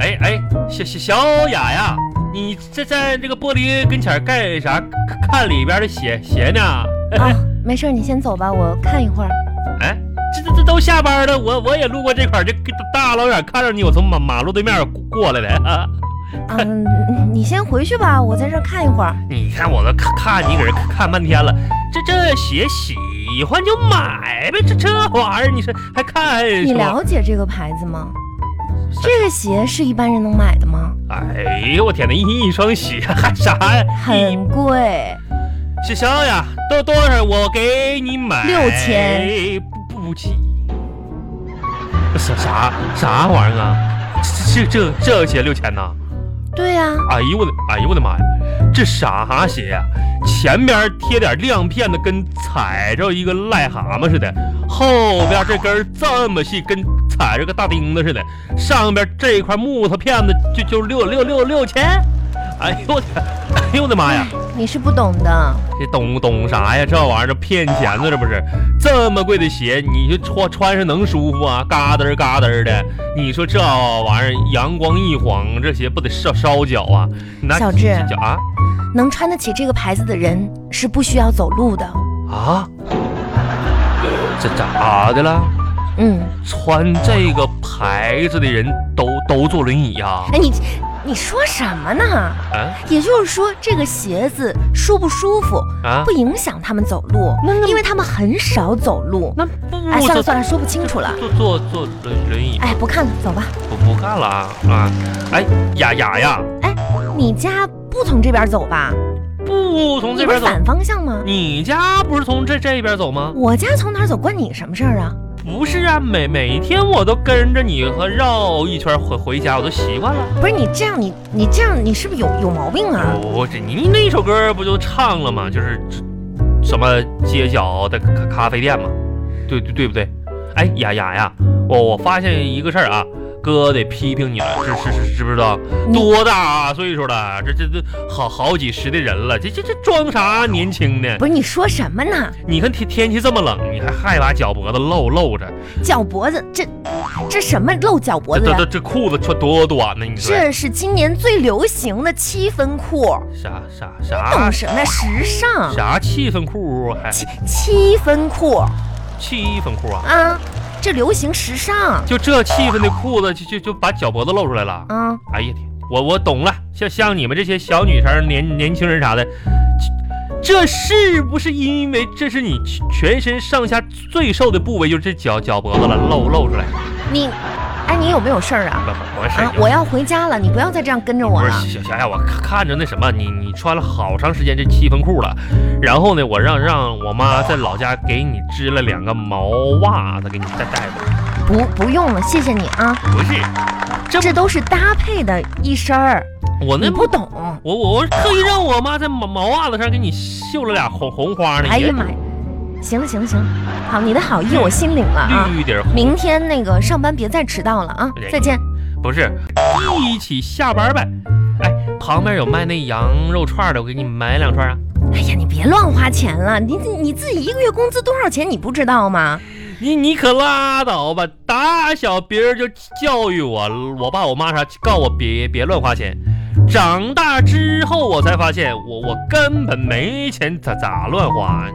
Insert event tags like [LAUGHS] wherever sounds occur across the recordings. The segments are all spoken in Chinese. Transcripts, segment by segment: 哎小小小雅呀，你这在这个玻璃跟前儿干啥？看里边的鞋鞋呢？ [LAUGHS] 啊，没事儿，你先走吧，我看一会儿。哎，这这这都下班了，我我也路过这块儿，这大老远看着你，我从马马路对面过来的 [LAUGHS] 啊。嗯， [LAUGHS] 你先回去吧，我在这儿看一会儿。你看我都看看你搁这看半天了，这这鞋喜欢就买呗，这这玩意儿你说还看什么？你了解这个牌子吗？这个鞋是一般人能买的吗？哎呦我天哪，一一双鞋还啥呀？很贵，小小呀，多多少我给你买六千，不不起。啥啥啥玩意儿啊？这这这鞋六千呐？对啊呀、哎呦我的，哎呦我的妈呀！这啥鞋呀、前边贴点亮片子，跟踩着一个癞蛤蟆似的；后边这根儿这么细，跟踩着个大钉子似的；上边这块木头片子就就六六六六千。哎呦我的，哎呦我的妈呀！你是不懂的。这懂懂啥呀？这玩意儿骗钱呢，这不是？这么贵的鞋，你就穿穿上能舒服啊？嘎噔儿嘎噔儿的，你说这玩意儿阳光一晃，这鞋不得烧烧脚啊？那小智脚啊能穿得起这个牌子的人是不需要走路的。啊，这咋的了？嗯，穿这个牌子的人都都坐轮椅呀、哎，你你说什么呢？啊？也就是说，这个鞋子舒不舒服，啊啊不！影响他们走路，因为他们很少走路。那不哎，算了算了，说不清楚了。坐坐坐轮轮椅，哎，不看了，走吧。不不干了啊啊！哎，雅雅呀，哎你家不从这边走吧？不从你这不是边走。反方向吗？你家不是从这这边走吗？我家从哪儿走关你什么事儿啊？不是啊，每每天我都跟着你和绕一圈回回家，我都习惯了。不是你这样，你你这样，你是不是有有毛病啊？我哦这你那首歌不就唱了吗？就是这什么街角的咖咖啡店嘛，对对对不对？哎雅雅呀，我我发现一个事儿啊，哥得批评你了，是是是，知不知道？你多大岁数了？这这这好好几十的人了，这这这装啥年轻呢？不是你说什么呢？你看天天气这么冷，你还还把脚脖子露露着。脚脖子这这什么露脚脖这子这呀这？这裤子穿多短呢？你说这是今年最流行的七分裤，啥啥懂啥什么呀？时尚啥气氛裤啊还七七分裤气氛裤啊？啊，这流行时尚就这气氛的裤子，就就就把脚脖子露出来了。啊，哎呀天，我我懂了，像像你们这些小女生、年年轻人啥的，这这是不是因为这是你全身上下最瘦的部位，就是这脚脚脖子了，露露出来？你哎，你有没有事儿啊？不不不是啊，，我要回家了，你不要再这样跟着我不是了。小霞呀，我看看着那什么，你你穿了好长时间这七分裤了，然后呢，我让让我妈在老家给你织了两个毛袜子，给你再带过。不不用了，谢谢你啊，不是，这这都是搭配的一身儿，我你那不，懂。我我我特意让我妈在毛毛袜子上给你绣了俩红红花呢，哎也呀妈呀！行了行了行了，好，你的好意我心领了啊。绿一点红。明天那个上班别再迟到了啊！再见。不是，一起下班呗。哎，旁边有卖那羊肉串的，我给你买两串啊。哎呀，你别乱花钱了，你你你自己一个月工资多少钱你不知道吗？你你可拉倒吧！打小别人就教育我，我爸我妈啥告我别别乱花钱。长大之后我才发现我，我根本没钱，咋咋乱花？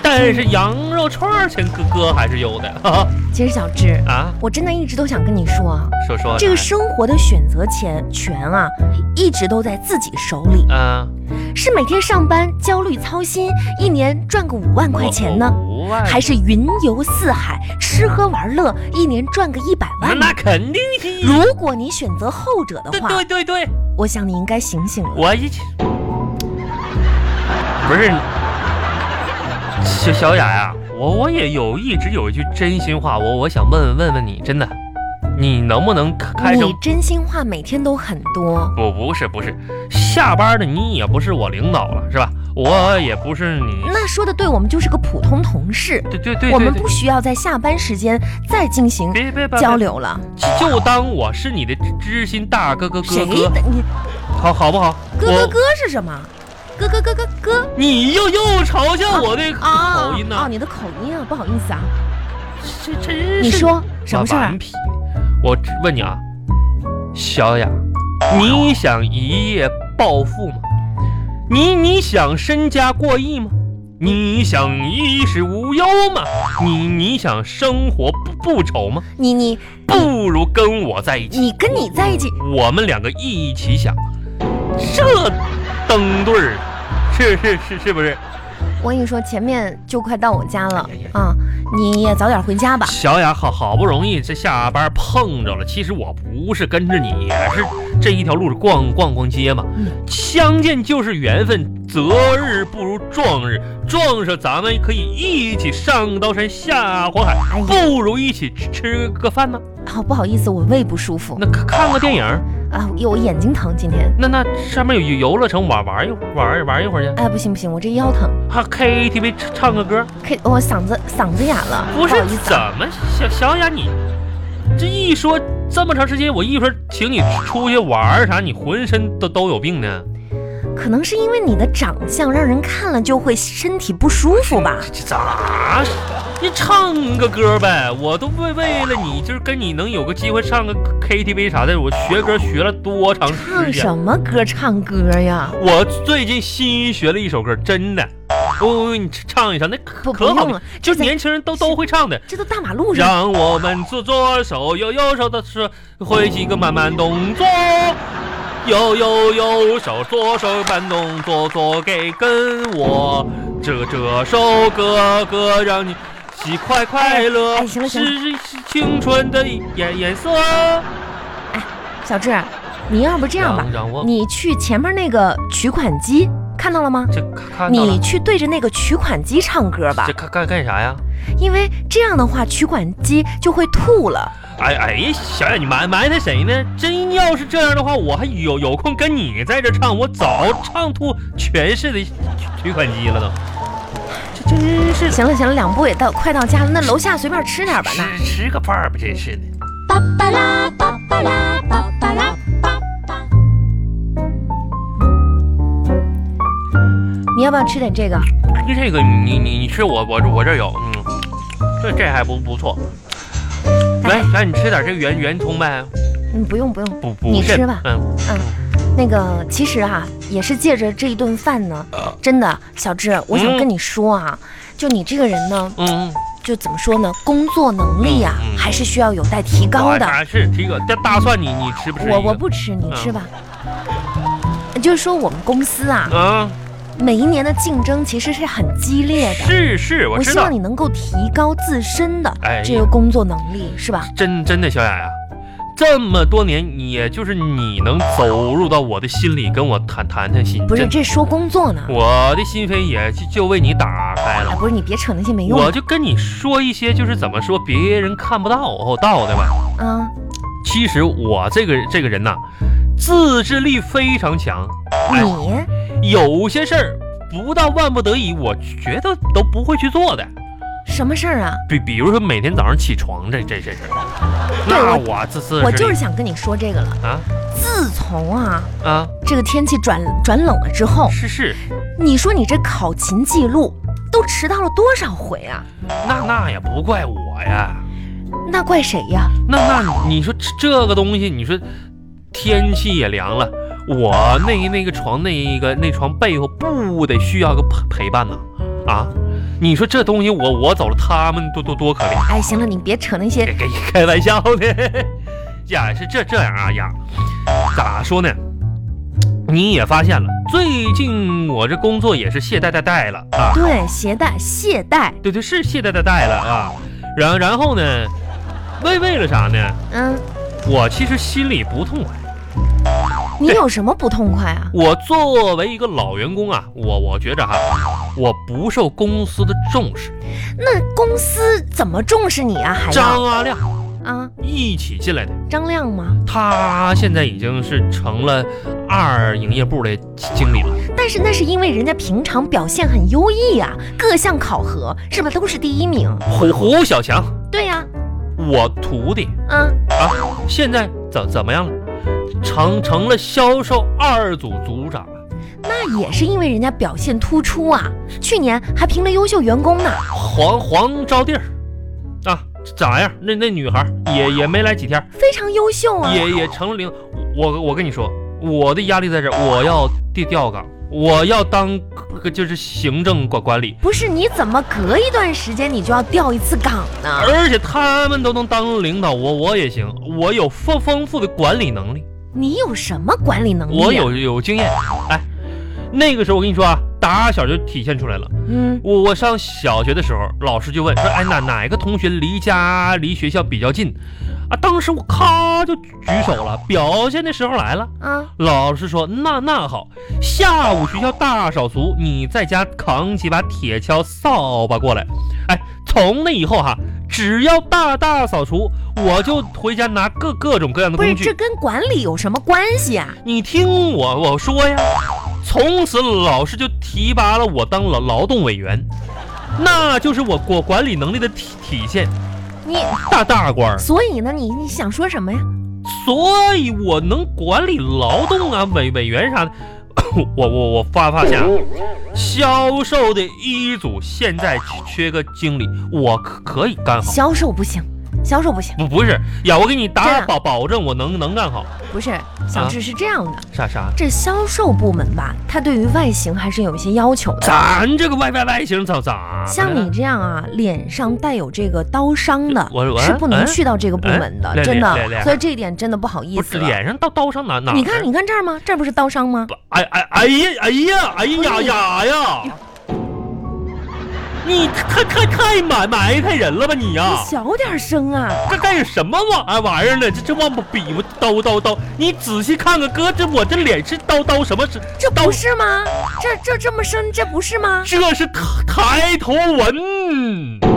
但是羊肉串儿钱哥哥还是有的啊其实小智，啊！我真的一直都想跟你说啊，说说这个啥生活的选择权权啊，一直都在自己手里，啊，是每天上班焦虑操心，一年赚个五万块钱呢，五万还是云游四海吃喝玩乐，一年赚个一百那万呢？那肯定是如果你选择后者的对话，对对对，我想你应该醒醒了。我一起不是小小雅呀、我我也有一直有一句真心话，我我想问问问你，真的，你能不能开你成？真心话每天都很多，不不是不是，下班的你也不是我领导了，是吧？我也不是你，那说的对，我们就是个普通同事，对对对我对们对，不需要在下班时间再进行别别别交，流了。别就就当我是你的知心大哥哥哥谁哥，的你好好不好？哥哥我哥是什么？哥哥哥哥哥你又又嘲笑我的啊！口音呢、哦，你的口音啊，不好意思啊。这真是你说什么事儿顽啊？皮。我只问你啊，小雅，你想一夜暴富吗？你你想身家过亿吗？你想衣食无忧吗？你你想生活不不愁吗？你你不如跟我在一起，你跟你在一起，我们两个一起想，这登对儿，是是是是不是？我跟你说，前面就快到我家了啊，你也早点回家吧。小雅好好不容易这下班碰着了，其实我不是跟着你，也是这一条路是逛逛逛街嘛。嗯相见就是缘分，择日不如撞日，撞上咱们可以一起上刀山下火海，哎呀，不如一起吃吃个饭呢。好啊不好意思，我胃不舒服那看看个电影，啊，我眼睛疼今天。那那上面有游乐城玩玩一会儿玩玩一会儿去，哎，不行不行，我这腰疼，还 KTV 唱个歌，可以我嗓子嗓子哑了，不是好意思怎啊。么小小雅你这一说这么长时间，我一说请你出去玩儿啥，你浑身都都有病呢。可能是因为你的长相让人看了就会身体不舒服吧？这咋？你唱个歌呗，我都为为了你，就是跟你能有个机会上个 KTV 啥的，我学歌学了多长时唱间？什么歌？唱歌呀？我最近新学了一首歌，真的，我给你唱一唱，那可不不可好用听，了，就这在年轻人都都会唱的。这都大马路上，让我们左左手右右手的是挥几个慢慢动作，右右右手左手慢动作，左给跟我这这首歌歌让你喜快快乐，哎哎行了行了是是青春的颜颜色。小志，你要不这样吧，让让我你去前面那个取款机，看到了吗？这看到你了，去对着那个取款机唱歌吧这，看干干啥呀？因为这样的话取款机就会吐了。哎哎呀，小冉，你埋埋汰谁呢？真要是这样的话，我还有有空跟你在这唱，我早唱吐全市的取款机了都。这真是行了行了，两步也到，快到家了，那楼下随便吃点吧。那吃吃个饭儿吧，真是的。巴巴拉巴巴拉巴巴拉巴巴。你要不要吃点这个？哎哎这个你你你吃我我我这有，嗯，这这还不不错。来，来你吃点这个圆圆葱呗，嗯，不用不用。不不，你吃吧嗯，那个其实啊，也是借着这一顿饭呢，真的，小志，我想呃嗯跟你说啊，就你这个人呢，嗯，就怎么说呢，工作能力呀、嗯嗯还是需要有待提高的。啊是这个，这大蒜你你吃不吃一个？嗯我我不吃，你吃吧。就是说我们公司啊，啊，每一年的竞争其实是很激烈的。是是，我我知希道望。你能够提高自身的哎呀这个工作能力，是吧？真真的小雅呀，这么多年，你也就是你能走入到我的心里，跟我谈谈谈心。不是，真，这说工作呢。我的心扉也就就为你打开哎，了。不是，你别扯那些没用我的。就跟你说一些，就是怎么说别人看不到哦到的吧。嗯，其实我这个这个人呐、自制力非常强。哎你有些事儿不到万不得已，我觉得都不会去做的。什么事儿啊？比比如说每天早上起床这这这事儿，对那我我自自制我就是力想跟你说这个了。啊自从啊啊这个天气转转冷了之后，是是。你说你这考勤记录都迟到了多少回啊？那那也不怪我呀，那怪谁呀？那那你说这这个东西，你说天气也凉了，我那那个床那一个那床被后不得需要个陪陪伴呐啊！你说这东西我我走了，他们多多多可怜，哎，行了，你别扯那些给给开玩笑的 [LAUGHS] 呀，是这这样啊呀，咋说呢？你也发现了，最近我这工作也是懈怠怠怠了啊。对，携带懈怠，对对，是懈怠的怠了啊。然然后呢，为为了啥呢？嗯，我其实心里不痛快。你有什么不痛快啊？我作为一个老员工啊，我我觉着哈、我不受公司的重视。那公司怎么重视你啊？还要张阿亮啊，一起进来的，张亮吗？他现在已经是成了二营业部的经理了。但是那是因为人家平常表现很优异啊，各项考核是吧都是第一名？胡胡小强，对呀、我徒弟，嗯，现在怎怎么样了？成成了销售二组组长了。那也是因为人家表现突出啊，去年还评了优秀员工呢。黄黄招娣儿啊，咋样？那那女孩也也没来几天，非常优秀啊。也也成了零。我我跟你说，我的压力在这儿，我要调调岗，我要当个就是行政管管理，不是，你怎么隔一段时间你就要调一次岗呢？而且他们都能当领导我，我也行，我有丰丰富的管理能力，你有什么管理能力、啊我，有有经验。哎，那个时候我跟你说啊，打小就体现出来了。嗯，我我上小学的时候，老师就问说，哎哪哪个同学离家离学校比较近？啊，当时我咔就举手了，表现的时候来了。啊，老师说：“那那好，下午学校大扫除，你在家扛起把铁锹、扫把过来。”哎，从那以后哈，只要大大扫除，我就回家拿各各种各样的不是，工这具。跟管理有什么关系啊？你听我我说呀，从此老师就提拔了我当劳劳动委员，那就是我我管理能力的体体现，你，大大官儿。所以呢，你你想说什么呀？所以我能管理劳动啊、委委员啥的。 [COUGHS] 我我我发发现啊，销售的一组现在缺个经理，我可可以干好。销售不行，销售不行，不不是呀，我给你这打样保保证，我能能干好。不是，小啊智是这样的，啥啥？这销售部门吧，它对于外形还是有一些要求的。咱这个 Y Y Y 型咋咋？像你这样啊，脸上带有这个刀伤的我我，是不能哎去到这个部门的哎，真脸脸的。脸所以这一点真的不好意不思是了。脸上刀刀伤哪哪？你看，你看这儿吗？这儿不是刀伤吗？哎哎哎呀哎呀哎呀呀呀！你太太太埋埋汰人了吧你呀、你小点声啊！这干什么玩哎玩意儿呢？这这往比划叨叨叨，你仔细看看，哥，这我这脸是叨叨什么是？这刀不是吗？这这这么深，这不是吗？这是抬抬头纹。